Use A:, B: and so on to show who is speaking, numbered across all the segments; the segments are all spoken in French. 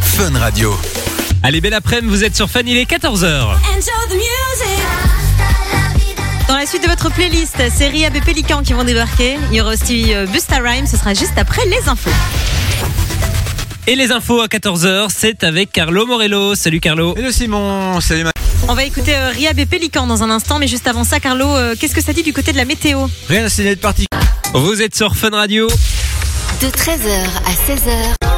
A: Fun Radio.
B: Allez, belle après-midi, vous êtes sur Fun, il est 14h.
C: Enjoy the music.
D: Dans la suite de votre playlist, c'est Ria et Pélican qui vont débarquer. Il y aura aussi euh, Busta Rhyme, ce sera juste après les infos.
B: Et les infos à 14h, c'est avec Carlo Morello. Salut Carlo.
E: Hello Simon, salut ma...
D: On va écouter euh, Ria et Pélican dans un instant, mais juste avant ça, Carlo, euh, qu'est-ce que ça dit du côté de la météo
E: Rien à signaler de parti.
B: Vous êtes sur Fun Radio.
F: De 13h à 16h,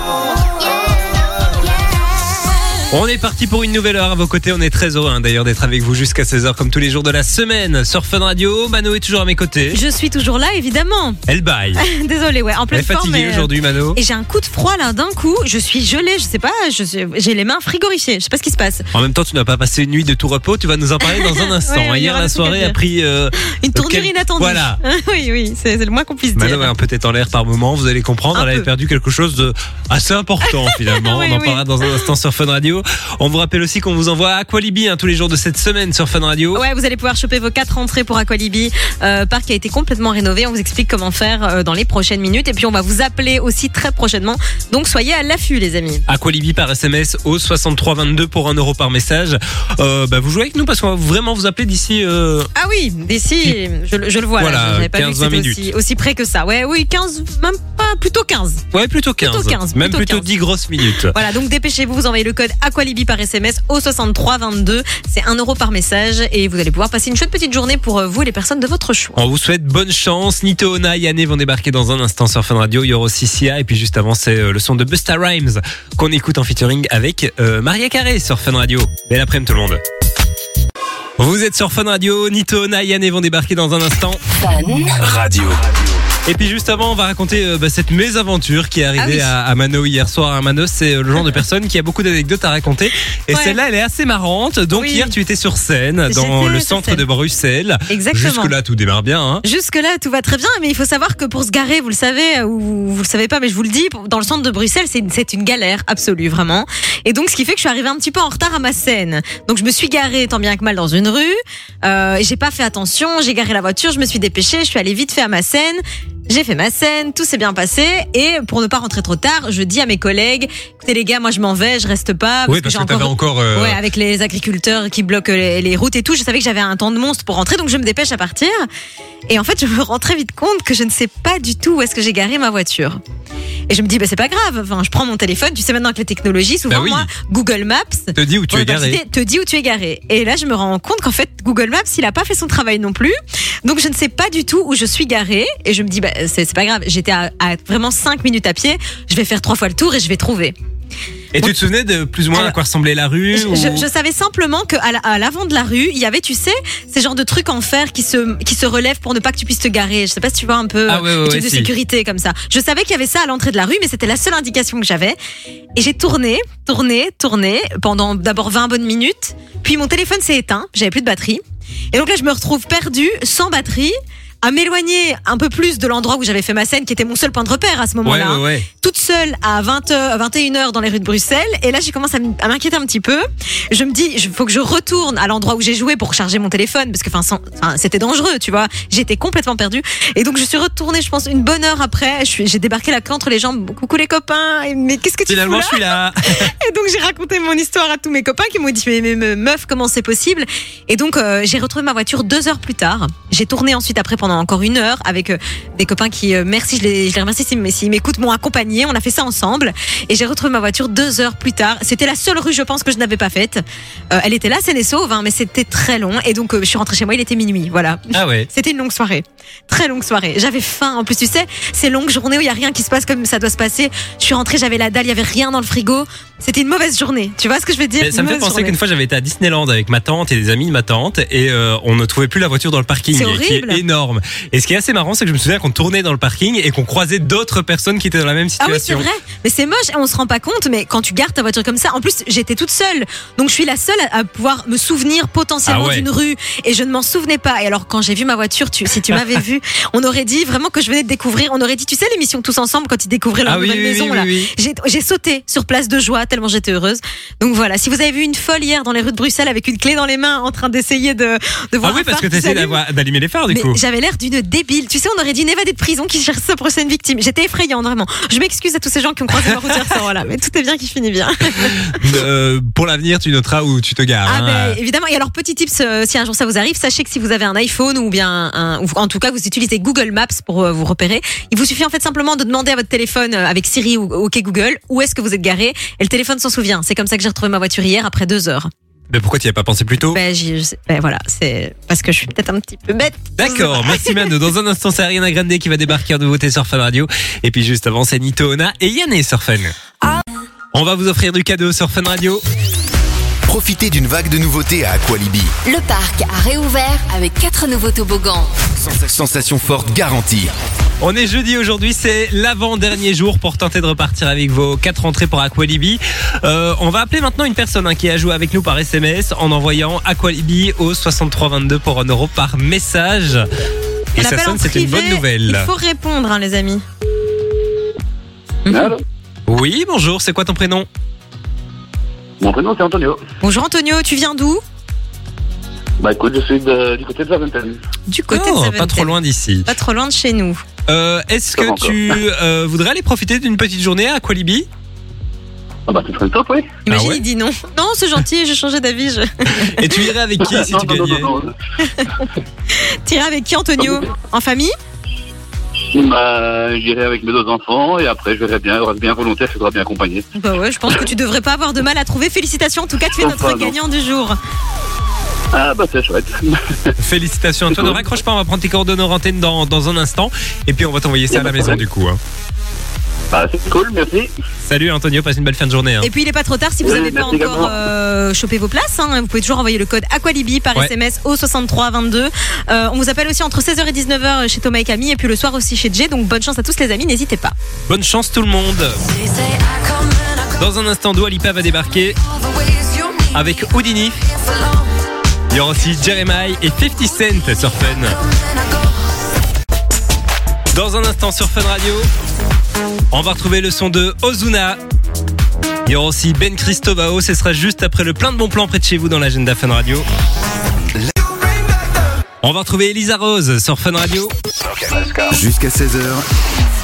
B: On est parti pour une nouvelle heure à vos côtés. On est très heureux hein, d'ailleurs d'être avec vous jusqu'à 16h comme tous les jours de la semaine sur Fun Radio. Mano est toujours à mes côtés.
D: Je suis toujours là, évidemment.
B: Elle baille.
D: Désolée, ouais,
B: Elle
D: en
B: est
D: pleine forme.
B: fatiguée
D: mais, euh,
B: aujourd'hui, Mano.
D: Et j'ai un coup de froid là, d'un coup, je suis gelée, je sais pas, je suis- j'ai les mains frigorifiées, je sais pas ce qui se passe.
B: En même temps, tu n'as pas passé une nuit de tout repos. Tu vas nous en parler dans un instant.
D: Ouais, ouais, il y
B: Hier,
D: aura
B: la
D: des trucs à
B: soirée a
D: dire.
B: pris. euh,
D: Une tournure
B: quel-
D: inattendue.
B: Voilà.
D: oui, oui, c'est c'est le moins qu'on puisse dire.
B: Manon est un peu tête hein, en l'air par moment, vous allez comprendre,
D: Un
B: elle avait
D: peu.
B: perdu quelque chose de assez important finalement.
D: Oui,
B: on en
D: oui.
B: parlera dans un instant sur Fun Radio. On vous rappelle aussi qu'on vous envoie à Aqualibi hein, tous les jours de cette semaine sur Fun Radio.
D: Ouais, vous allez pouvoir choper vos quatre entrées pour Aqualibi, euh, parc qui a été complètement rénové. On vous explique comment faire euh, dans les prochaines minutes. Et puis, on va vous appeler aussi très prochainement. Donc, soyez à l'affût, les amis.
B: Aqualibi par SMS au 6322 pour 1 euro par message. Euh, bah, vous jouez avec nous parce qu'on va vraiment vous appeler d'ici. euh,
D: Ah oui, d'ici, je, le- je le vois.
B: Voilà,
D: là, j'avais pas vu
B: 15,
D: que c'était
B: 20
D: aussi, aussi près que ça. Ouais, oui, 15, même pas, plutôt 15.
B: Ouais, plutôt 15.
D: Plutôt 15,
B: Même
D: plutôt
B: plutôt
D: 15.
B: 10 grosses minutes.
D: Voilà, donc dépêchez-vous, vous envoyez le code Aqualibi par SMS au 6322. C'est 1 euro par message et vous allez pouvoir passer une chouette petite journée pour euh, vous et les personnes de votre choix.
B: On vous souhaite bonne chance. Nito, Ona et Yanné vont débarquer dans un instant sur Fun Radio. Il y aura aussi Sia. Et puis juste avant, c'est euh, le son de Busta Rhymes qu'on écoute en featuring avec euh, Maria Carré sur Fun Radio. Belle après-midi tout le monde. Vous êtes sur Fun Radio. Nito, Ona et Yanné vont débarquer dans un instant.
F: Fun
A: Radio.
B: Et puis juste avant, on va raconter euh, bah, cette mésaventure qui est arrivée
D: Ah oui.
B: à, à Mano hier soir. Hein, Mano, c'est euh, le genre de personne qui a beaucoup d'anecdotes à raconter. Et
D: Ouais.
B: celle-là, elle est assez marrante. Donc
D: Oui.
B: hier, tu étais sur scène, dans
D: J'étais
B: le
D: sur
B: centre
D: scène.
B: de Bruxelles.
D: Exactement. Ah,
B: Jusque-là, tout démarre bien. Hein.
D: Jusque-là, tout va très bien, mais il faut savoir que pour se garer, vous le savez, euh, ou vous le savez pas, mais je vous le dis, pour- dans le centre de Bruxelles, c'est une, c'est une galère absolue, vraiment. Et donc, ce qui fait que je suis arrivée un petit peu en retard à ma scène. Donc, je me suis garée tant bien que mal dans une rue. Euh, j'ai pas fait attention, j'ai garé la voiture, je me suis dépêchée, je suis allée vite faire ma scène. J'ai fait ma scène, tout s'est bien passé. Et pour ne pas rentrer trop tard, je dis à mes collègues, écoutez les gars, moi je m'en vais, je reste pas.
B: Oui, parce que t'avais encore. euh,
D: Ouais, avec les agriculteurs qui bloquent les, les routes et tout. Je savais que j'avais un temps de monstre pour rentrer, donc je me dépêche à partir. Et en fait, je me rends très vite compte que je ne sais pas du tout où est-ce que j'ai garé ma voiture. Et je me dis, bah, c'est pas grave. Enfin, je prends mon téléphone. Tu sais maintenant avec les technologies, souvent
B: Bah oui.
D: moi, Google Maps.
B: Te dis où tu
D: pour
B: es
D: la
B: garé.
D: publicité, Te dit où tu es garé. Et là, je me rends compte qu'en fait, Google Maps, il a pas fait son travail non plus. Donc, je ne sais pas du tout où je suis garé. Et je me dis, bah, c'est c'est pas grave. J'étais à, à vraiment 5 minutes à pied. Je vais faire trois fois le tour et je vais trouver.
B: Et tu te souvenais de plus ou moins à
D: Alors,
B: quoi ressemblait la rue ou-
D: Je, je savais simplement qu'à à l'avant de la rue, il y avait, tu sais, ces genres de trucs en fer qui se, qui se relèvent pour ne pas que tu puisses te garer. Je sais pas si tu vois un peu
B: Ah ouais, ouais,
D: euh, les trucs
B: ouais,
D: de
B: si.
D: sécurité comme ça. Je savais qu'il y avait ça à l'entrée de la rue, mais c'était la seule indication que j'avais. Et j'ai tourné, tourné, tourné pendant d'abord 20 bonnes minutes. Puis mon téléphone s'est éteint, j'avais plus de batterie. Et donc là, je me retrouve perdue, sans batterie, à m'éloigner un peu plus de l'endroit où j'avais fait ma scène, qui était mon seul point de repère à ce
B: Ouais,
D: moment-là. hein
B: ouais, ouais.
D: toute seule à 20 heures- 21h dans les rues de Bruxelles. Et là, j'ai commencé à m- à m'inquiéter un petit peu. Je me dis, il faut que je retourne à l'endroit où j'ai joué pour charger mon téléphone, parce que enfin, sans- enfin, c'était dangereux, tu vois. J'étais complètement perdue. Et donc, je suis retournée, je pense, une bonne heure après. Je suis- J'ai débarqué la queue entre les jambes. Coucou les copains, Et mais qu'est-ce que tu fous
B: Finalement,
D: là
B: je suis là.
D: et donc j'ai raconté mon histoire à tous mes copains qui m'ont dit mais, mais, mais, meuf comment c'est possible Et donc euh, j'ai retrouvé ma voiture deux heures plus tard. J'ai tourné ensuite après pendant encore une heure avec euh, des copains qui euh, merci je les, je les remercie s'ils m- s'ils m'écoutent m'ont accompagné. On a fait ça ensemble et j'ai retrouvé ma voiture deux heures plus tard. C'était la seule rue je pense que je n'avais pas faite. Euh, elle était là saine et sauve hein, mais c'était très long et donc euh, je suis rentrée chez moi il était minuit voilà.
B: Ah ouais.
D: C'était une longue soirée. Très longue soirée. J'avais faim. En plus, tu sais, ces longues journées où il n'y a rien qui se passe comme ça doit se passer. Je suis rentrée, j'avais la dalle, il n'y avait rien dans le frigo. C'était une mauvaise journée. Tu vois ce que je veux dire
B: Mais ça me
D: Une
B: fait
D: mauvaise
B: penser
D: journée.
B: qu'une fois j'avais été à Disneyland avec ma tante et des amis de ma tante et euh, on ne trouvait plus la voiture dans le parking
D: C'est
B: qui
D: horrible.
B: est énorme. Et ce qui est assez marrant c'est que je me souviens qu'on tournait dans le parking et qu'on croisait d'autres personnes qui étaient dans la même
D: Ah oui, c'est
B: situation.
D: vrai. Mais c'est moche. On se rend pas compte. Mais quand tu gardes ta voiture comme ça, en plus, j'étais toute seule. Donc, je suis la seule à à pouvoir me souvenir potentiellement
B: Ah ouais.
D: d'une rue. Et je ne m'en souvenais pas. Et alors, quand j'ai vu ma voiture, tu, si tu m'avais vu, on aurait dit vraiment que je venais de découvrir. On aurait dit, tu sais, l'émission Tous Ensemble, quand ils découvraient leur
B: ah oui,
D: nouvelle
B: oui,
D: maison,
B: oui,
D: là.
B: oui, oui.
D: J'ai j'ai sauté sur place de joie, tellement j'étais heureuse. Donc voilà, si vous avez vu une folle hier dans les rues de Bruxelles avec une clé dans les mains en train d'essayer de, de voir
B: Ah oui,
D: un
B: parce
D: phare
B: que
D: qui
B: t'essayes
D: s'allume.
B: d'avoir- d'allumer les phares, du
D: Mais
B: coup.
D: j'avais l'air d'une débile. Tu sais, on aurait dit une évadée de prison qui cherche sa prochaine victime. J'étais effrayante, vraiment. Je m'excuse à tous ces gens qui ont croisé ma route hier soir, voilà. Mais tout est bien qui finit bien.
B: Euh, pour l'avenir, tu noteras où tu te gares.
D: Ah
B: hein.
D: ben évidemment. Et alors petit tips, euh, si un jour ça vous arrive, sachez que si vous avez un iPhone ou bien un, ou en tout cas vous utilisez Google Maps pour euh, vous repérer, il vous suffit en fait simplement de demander à votre téléphone euh, avec Siri ou OK Google où est-ce que vous êtes garé et le téléphone s'en souvient. C'est comme ça que j'ai retrouvé ma voiture hier après deux heures.
B: Mais pourquoi tu n'y as pas pensé plus tôt
D: Ben, j'y- je sais- ben, voilà, c'est parce que je suis peut-être un petit peu bête.
B: D'accord, merci Mano. Dans un instant, c'est Ariana Grande qui va débarquer en nouveauté sur Fun Radio. Et puis juste avant, c'est Nito Ona et Yanné sur Fun. On va vous offrir du cadeau sur Fun Radio.
A: Profitez d'une vague de nouveautés à Aqualibi.
F: Le parc a réouvert avec quatre nouveaux toboggans.
A: Sensa- Sensation forte garantie.
B: On est jeudi aujourd'hui, c'est l'avant-dernier jour pour tenter de repartir avec vos quatre entrées pour Aqualibi. Euh, on va appeler maintenant une personne hein, qui a joué avec nous par SMS en envoyant Aqualibi au 6322 pour 1 euro par message. Et
D: Elle
B: ça
D: appelle en
B: sonne, c'est une
D: privé,
B: bonne nouvelle.
D: Il faut répondre, hein, les amis.
C: Allô
B: Oui, bonjour, c'est quoi ton prénom
C: Mon prénom c'est Antonio.
D: Bonjour Antonio, tu viens d'où
C: Bah écoute, je suis de- du côté de Zaventem.
D: Du côté
B: Oh,
D: de
B: Pas
D: Zaventem.
B: trop loin d'ici.
D: Pas trop loin de chez nous.
B: Euh, Est-ce que
C: Comment
B: tu euh, voudrais aller profiter d'une petite journée à Aqualibi
C: Ah bah tu serais le top, oui.
D: Imagine,
B: Ah ouais
D: il dit non. Non, c'est gentil, j'ai changé d'avis. Je...
B: Et tu irais avec qui si
C: non,
B: tu
C: non, non,
B: gagnais
C: non, non.
D: T'iras avec qui, Antonio
B: Ah
D: En famille
C: Bah, j'irai avec mes deux enfants et après je verrai bien, je reste bien volontaire, je serai bien accompagné.
D: Bah ouais, je pense que tu devrais pas avoir de mal à trouver. Félicitations, en tout cas, tu es
C: Non,
D: notre
C: pardon.
D: gagnant du jour.
C: Ah bah c'est chouette.
B: Félicitations à toi. Ne raccroche pas, on va prendre tes coordonnées en antenne dans, dans un instant. Et puis on va t'envoyer ça
C: Y a
B: à
C: pas
B: la
C: de
B: maison
C: problème.
B: du coup. hein.
C: Bah c'est cool, merci.
B: Salut Antonio, passe une belle fin de journée. hein.
D: Et puis il est pas trop tard si vous
C: Oui,
D: n'avez pas
C: merci
D: encore
C: également.
D: euh, chopé vos places. hein. Vous pouvez toujours envoyer le code Aqualibi par
B: Ouais.
D: SMS au 6322. Euh, on vous appelle aussi entre 16h et 19h chez Thomas et Camille et puis le soir aussi chez Jay. Donc bonne chance à tous les amis, n'hésitez pas.
B: Bonne chance tout le monde. Dans un instant, Dua Lipa va débarquer avec Houdini. Il y aura aussi Jeremiah et 50 Cent sur Fun. Dans un instant sur Fun Radio, on va retrouver le son de Ozuna. Il y aura aussi Ben Christovao, ce sera juste après le plein de bons plans près de chez vous dans l'agenda Fun Radio. On va retrouver Elisa Rose sur Fun Radio.
A: Jusqu'à 16h,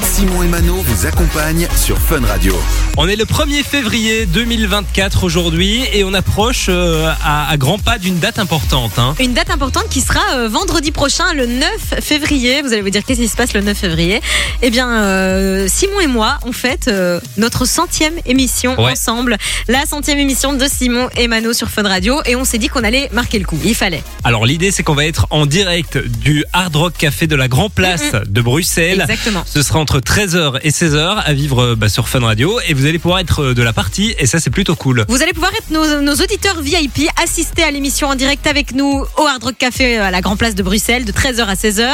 A: Simon et Mano vous accompagnent sur Fun Radio.
B: On est le 1er février 2024 aujourd'hui et on approche euh, à, à grands pas d'une date importante. hein.
D: Une date importante qui sera euh, vendredi prochain, le 9 février. Vous allez vous dire qu'est-ce qui se passe le 9 février Eh bien, euh, Simon et moi, on fête euh, notre centième émission
B: Ouais.
D: ensemble, la centième émission de Simon et Mano sur Fun Radio, et on s'est dit qu'on allait marquer le coup. Il fallait.
B: Alors l'idée c'est qu'on va être en direct du Hard Rock Café de la Grand Place de Bruxelles.
D: Exactement.
B: Ce sera entre 13h et 16h à vivre euh, bah, sur Fun Radio et vous allez pouvoir être euh, de la partie et ça c'est plutôt cool.
D: Vous allez pouvoir être nos, nos auditeurs VIP, assister à l'émission en direct avec nous au Hard Rock Café euh, à la Grand Place de Bruxelles de 13h à 16h.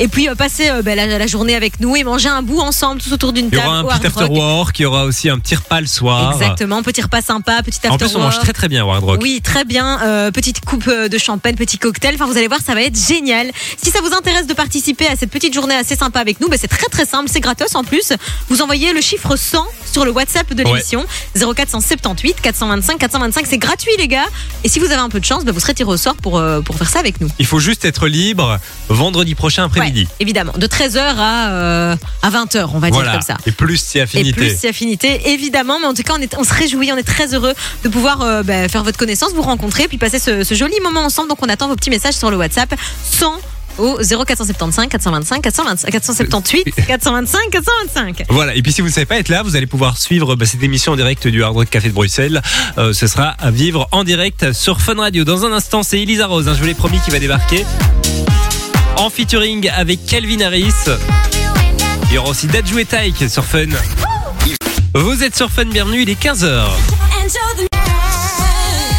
D: Et puis euh, passer euh, ben, la, la journée avec nous et manger un bout ensemble, tous autour d'une
B: Il y
D: table
B: aura un
D: au
B: petit
D: Hard
B: after
D: Rock.
B: work, il y aura aussi un petit repas le soir.
D: Exactement, petit repas sympa, petit after
B: Ah, En plus on mange
D: work.
B: très très bien au Hard Rock.
D: Oui, très bien. Euh, petite coupe euh, de champagne, petit cocktail. Enfin, vous allez voir, ça va être génial. Si ça vous intéresse de participer à cette petite journée assez sympa avec nous, ben, c'est très très simple, c'est gratos en plus. Vous envoyez le chiffre 100 sur le WhatsApp de
B: Ouais.
D: l'émission 0478 425 425. C'est gratuit les gars. Et si vous avez un peu de chance, ben, vous serez tiré au sort pour euh, pour faire ça avec nous.
B: Il faut juste être libre vendredi prochain après-midi.
D: Ouais, évidemment, de 13h à euh, à 20h, on va dire
B: Voilà.
D: comme ça.
B: Et plus si
D: Et
B: affinité.
D: plus si affinité, évidemment. Mais en tout cas, on, est, on se réjouit, on est très heureux de pouvoir euh, bah, faire votre connaissance, vous rencontrer, puis passer ce, ce joli moment ensemble. Donc, on attend vos petits messages sur le WhatsApp 100 au 0475 425 425
B: Euh,
D: 478 425 425.
B: Voilà, et puis si vous ne savez pas être là, vous allez pouvoir suivre bah, cette émission en direct du Hard Rock Café de Bruxelles. Euh, ce sera à vivre en direct sur Fun Radio. Dans un instant, c'est Elisa Rose, hein, je vous l'ai promis, qui va débarquer. En featuring avec Calvin Harris. Il y aura aussi Dadju et Taïk sur Fun. Vous êtes sur Fun, bienvenue, il est 15h.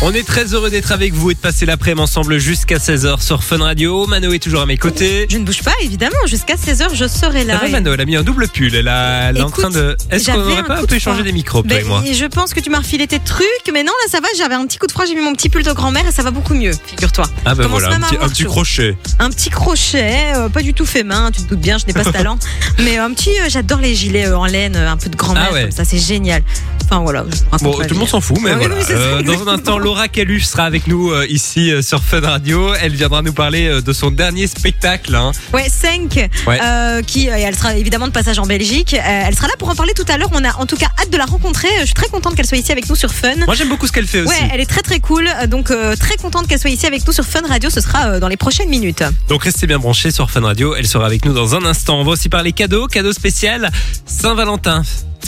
B: On est très heureux d'être avec vous et de passer l'après-midi ensemble jusqu'à 16h sur Fun Radio. Mano est toujours à mes côtés.
D: Je ne bouge pas, évidemment. Jusqu'à 16h, je serai
B: Ça
D: là.
B: va, Mano, elle a mis un double pull. Elle, a- elle est en
D: Écoute,
B: train de. Est-ce qu'on
D: j'avais
B: n'aurait
D: un
B: pas
D: coup
B: un
D: de
B: peu échangé
D: froid.
B: des micros, toi
D: Ben,
B: et moi
D: Je pense que tu m'as refilé tes trucs, mais non, là ça va, j'avais un petit coup de froid, j'ai mis mon petit pull de grand-mère et ça va beaucoup mieux, figure-toi.
B: Ah bah
D: Commence
B: voilà, un
D: même à
B: petit,
D: avoir
B: un petit
D: chaud.
B: crochet.
D: un petit crochet, euh, pas du tout fait main, tu te doutes bien, je n'ai pas ce talent. Mais euh, un petit, euh, j'adore les gilets euh, en laine, euh, un peu de grand-mère
B: Ah ouais.
D: comme ça, c'est génial. Enfin voilà. je vous raconte
B: Bon,
D: ma
B: tout le
D: vie.
B: monde s'en fout, mais
D: Oui,
B: voilà.
D: oui, c'est ça,
B: Euh, dans un
D: exactement.
B: instant, Laura Calu sera avec nous euh, ici euh, sur Fun Radio. Elle viendra nous parler euh, de son dernier spectacle. hein.
D: Ouais, 5,
B: Ouais.
D: qui euh, et elle sera évidemment de passage en Belgique. Euh, elle sera là pour en parler tout à l'heure. On a en tout cas hâte de la rencontrer. Je suis très contente qu'elle soit ici avec nous sur Fun.
B: Moi, j'aime beaucoup ce qu'elle fait aussi.
D: Ouais, elle est très très cool. Euh, Donc euh, très contente qu'elle soit ici avec nous sur Fun Radio. Ce sera euh, dans les prochaines minutes.
B: Donc restez bien branchés sur Fun Radio. Elle sera avec nous dans un instant. On va aussi parler cadeaux, cadeau spécial Saint-Valentin.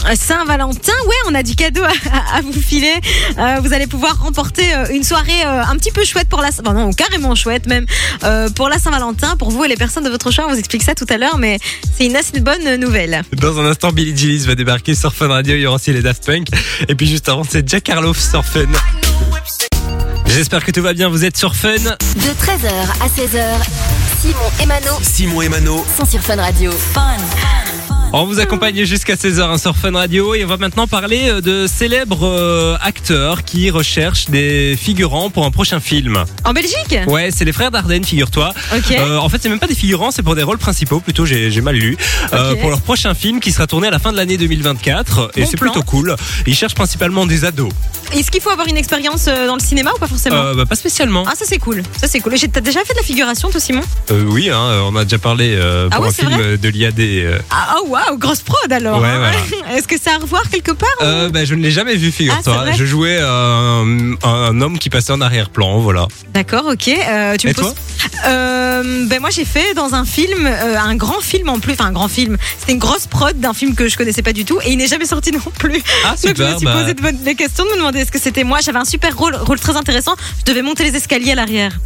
D: Euh, Saint-Valentin, ouais, on a du cadeau à, à vous filer. Euh, vous allez pouvoir remporter euh, une soirée euh, un petit peu chouette pour la, enfin, non, carrément chouette même euh, pour la Saint-Valentin, pour vous et les personnes de votre choix. On vous explique ça tout à l'heure, mais c'est une assez bonne nouvelle.
B: Dans un instant, Billy Gillis va débarquer sur Fun Radio. Il y aura aussi les Daft Punk. Et puis juste avant, c'est Jack Harloff sur Fun. J'espère que tout va bien. Vous êtes sur Fun.
F: De 13h à 16h, Simon et Mano
A: Simon et Mano,
F: sont sur Fun Radio.
B: On vous accompagne jusqu'à 16h hein, sur Fun Radio et on va maintenant parler euh, de célèbres euh, acteurs qui recherchent des figurants pour un prochain film.
D: En Belgique
B: Ouais, c'est les frères Dardenne, figure-toi.
D: Ok.
B: Euh, en fait, c'est même pas des figurants, c'est pour des rôles principaux, plutôt, j'ai j'ai mal lu. Euh,
D: Ok.
B: pour leur prochain film qui sera tourné à la fin de l'année 2024. et
D: Bon
B: c'est
D: plan.
B: plutôt cool. Ils cherchent principalement des ados.
D: Est-ce qu'il faut avoir une expérience euh, dans le cinéma ou pas forcément
B: Euh, bah, pas spécialement.
D: Ah ça c'est cool, ça c'est cool. Et j'ai- T'as déjà fait de la figuration toi Simon
B: Euh, oui, hein, euh, on a déjà parlé euh,
D: Ah
B: pour
D: ouais,
B: un
D: c'est
B: film
D: vrai
B: euh, de l'IAD. euh.
D: Ah oh, waouh, grosse prod alors.
B: Ouais,
D: hein. Est-ce que c'est à revoir quelque part ou-
B: Euh, bah, je ne l'ai jamais vu,
D: Oh. Ah,
B: figure-toi.
D: c'est vrai
B: je jouais euh, un, un homme qui passait en arrière-plan, voilà.
D: D'accord, ok. Euh, tu me
B: Et toi
D: poses- Euh, Ben moi j'ai fait dans un film, euh, un grand film en plus, enfin un grand film. C'était une grosse prod d'un film que je connaissais pas du tout et il n'est jamais sorti non plus.
B: Ah,
D: Donc je me
B: super,
D: suis
B: bah.
D: posé de bonnes- des questions, de me demander est-ce que c'était moi. J'avais un super rôle, rôle très intéressant. Je devais monter les escaliers à l'arrière.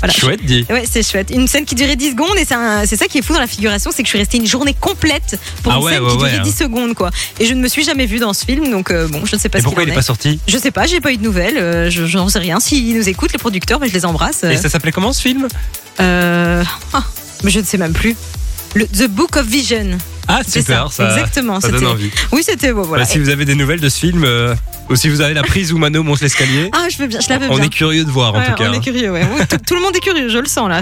D: Voilà.
B: Chouette dit.
D: Ouais, c'est chouette. Une scène qui durait 10 secondes et c'est un- c'est ça qui est fou dans la figuration, c'est que je suis restée une journée complète pour
B: Ah
D: une
B: ouais,
D: scène
B: ouais,
D: qui durait
B: ouais,
D: 10 secondes quoi. Et je ne me suis jamais vue dans ce film donc euh, bon, je ne sais pas
B: Et
D: ce qu'il
B: pourquoi
D: en
B: il
D: est.
B: n'est pas sorti
D: Je sais pas, j'ai pas eu de nouvelles, euh, je- j'en sais rien. S'ils nous écoutent, les producteurs, ben, je les embrasse. euh.
B: Et ça s'appelait comment ce film
D: Euh, ah, mais je ne sais même plus. Le, The Book of Vision.
B: Ah,
D: C'est
B: super,
D: ça.
B: ça,
D: Exactement,
B: ça donne
D: c'était-
B: envie.
D: Oui, c'était bon, voilà.
B: Bah, si vous avez des nouvelles de ce film, euh, ou si vous avez la prise où Mano monte l'escalier,
D: Ah, je veux bien, je la veux
B: on
D: bien.
B: est curieux de voir en
D: Ouais,
B: tout cas.
D: on est
B: hein.
D: curieux, ouais. Ouais, tout, tout le monde est curieux, je le sens là.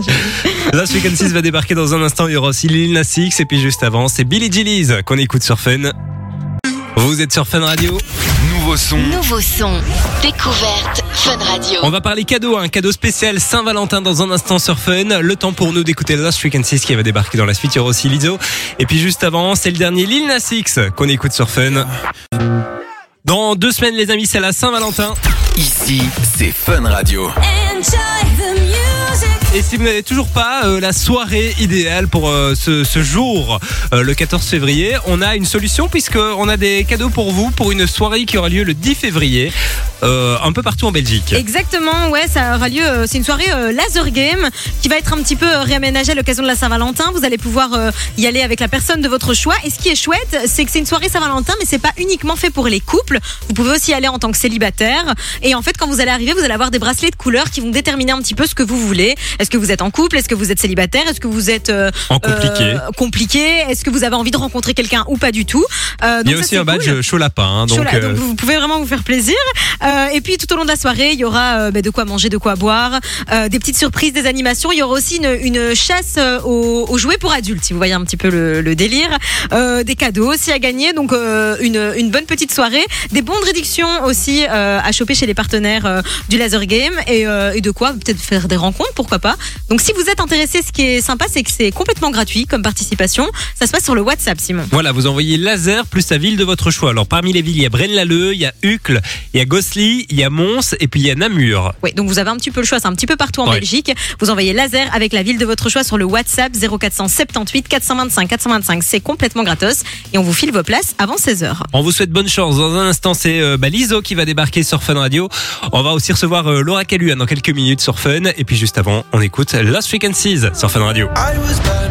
B: Là, ce Weekend 6 va débarquer dans un instant. Il y aura aussi Lil Nas X, et puis juste avant, c'est Billy Gillies qu'on écoute sur Fun. Vous êtes sur Fun Radio.
A: nouveau son.
F: Nouveau son, découverte Fun Radio.
B: On va parler cadeau, un cadeau spécial Saint-Valentin dans un instant sur Fun. Le temps pour nous d'écouter Last Weekend 6 qui va débarquer dans la suite. Il y aura aussi Lizzo. Et puis juste avant, c'est le dernier Lil Nas X qu'on écoute sur Fun. Dans deux semaines, les amis, c'est la Saint-Valentin.
A: Ici, c'est Fun Radio.
B: Et si vous n'avez toujours pas euh, la soirée idéale pour euh, ce, ce jour, euh, le 14 février, on a une solution puisqu'on a des cadeaux pour vous pour une soirée qui aura lieu le 10 février, euh, un peu partout en Belgique.
D: Exactement, ouais, ça aura lieu. euh, C'est une soirée euh, laser game qui va être un petit peu euh, réaménagée à l'occasion de la Saint-Valentin. Vous allez pouvoir euh, y aller avec la personne de votre choix. Et ce qui est chouette, c'est que c'est une soirée Saint-Valentin, mais c'est pas uniquement fait pour les couples. Vous pouvez aussi y aller en tant que célibataire. Et en fait, quand vous allez arriver, vous allez avoir des bracelets de couleurs qui vont déterminer un petit peu ce que vous voulez. Est-ce que vous êtes en couple Est-ce que vous êtes célibataire Est-ce que vous êtes euh,
B: En compliqué.
D: euh, compliqué Est-ce que vous avez envie de rencontrer quelqu'un ou pas du tout Euh, donc
B: Il y a
D: ça,
B: aussi
D: c'est
B: un badge
D: cool.
B: chaud lapin. hein, donc,
D: Chocolat.
B: euh,
D: Donc, vous pouvez vraiment vous faire plaisir. Euh, et puis tout au long de la soirée, il y aura euh, ben, de quoi manger, de quoi boire, euh, des petites surprises, des animations. Il y aura aussi une, une chasse euh, aux, aux jouets pour adultes, si vous voyez un petit peu le, le délire. Euh, des cadeaux aussi à gagner, donc euh, une, une bonne petite soirée. Des bons de réduction aussi euh, à choper chez les partenaires euh, du Laser Game et, euh, et de quoi peut-être faire des rencontres, pourquoi pas. Donc si vous êtes intéressé, ce qui est sympa, c'est que c'est complètement gratuit comme participation. Ça se passe sur le WhatsApp, Simon.
B: Voilà, vous envoyez laser plus la ville de votre choix. Alors parmi les villes, il y a Braine-l'Alleud, il y a Uccle, il y a Gosselies, il y a Mons et puis il y a Namur.
D: Oui, donc vous avez un petit peu le choix, c'est un petit peu partout en
B: Ouais.
D: Belgique. Vous envoyez laser avec la ville de votre choix sur le WhatsApp 0478 425 425. C'est complètement gratos et on vous file vos places avant 16h.
B: On vous souhaite bonne chance. Dans un instant, c'est euh, bah, Lizzo qui va débarquer sur Fun Radio. On va aussi recevoir euh, Laura Caluan dans quelques minutes sur Fun. Et puis juste avant, on écoute Last Weekend Seas sur Fun Radio.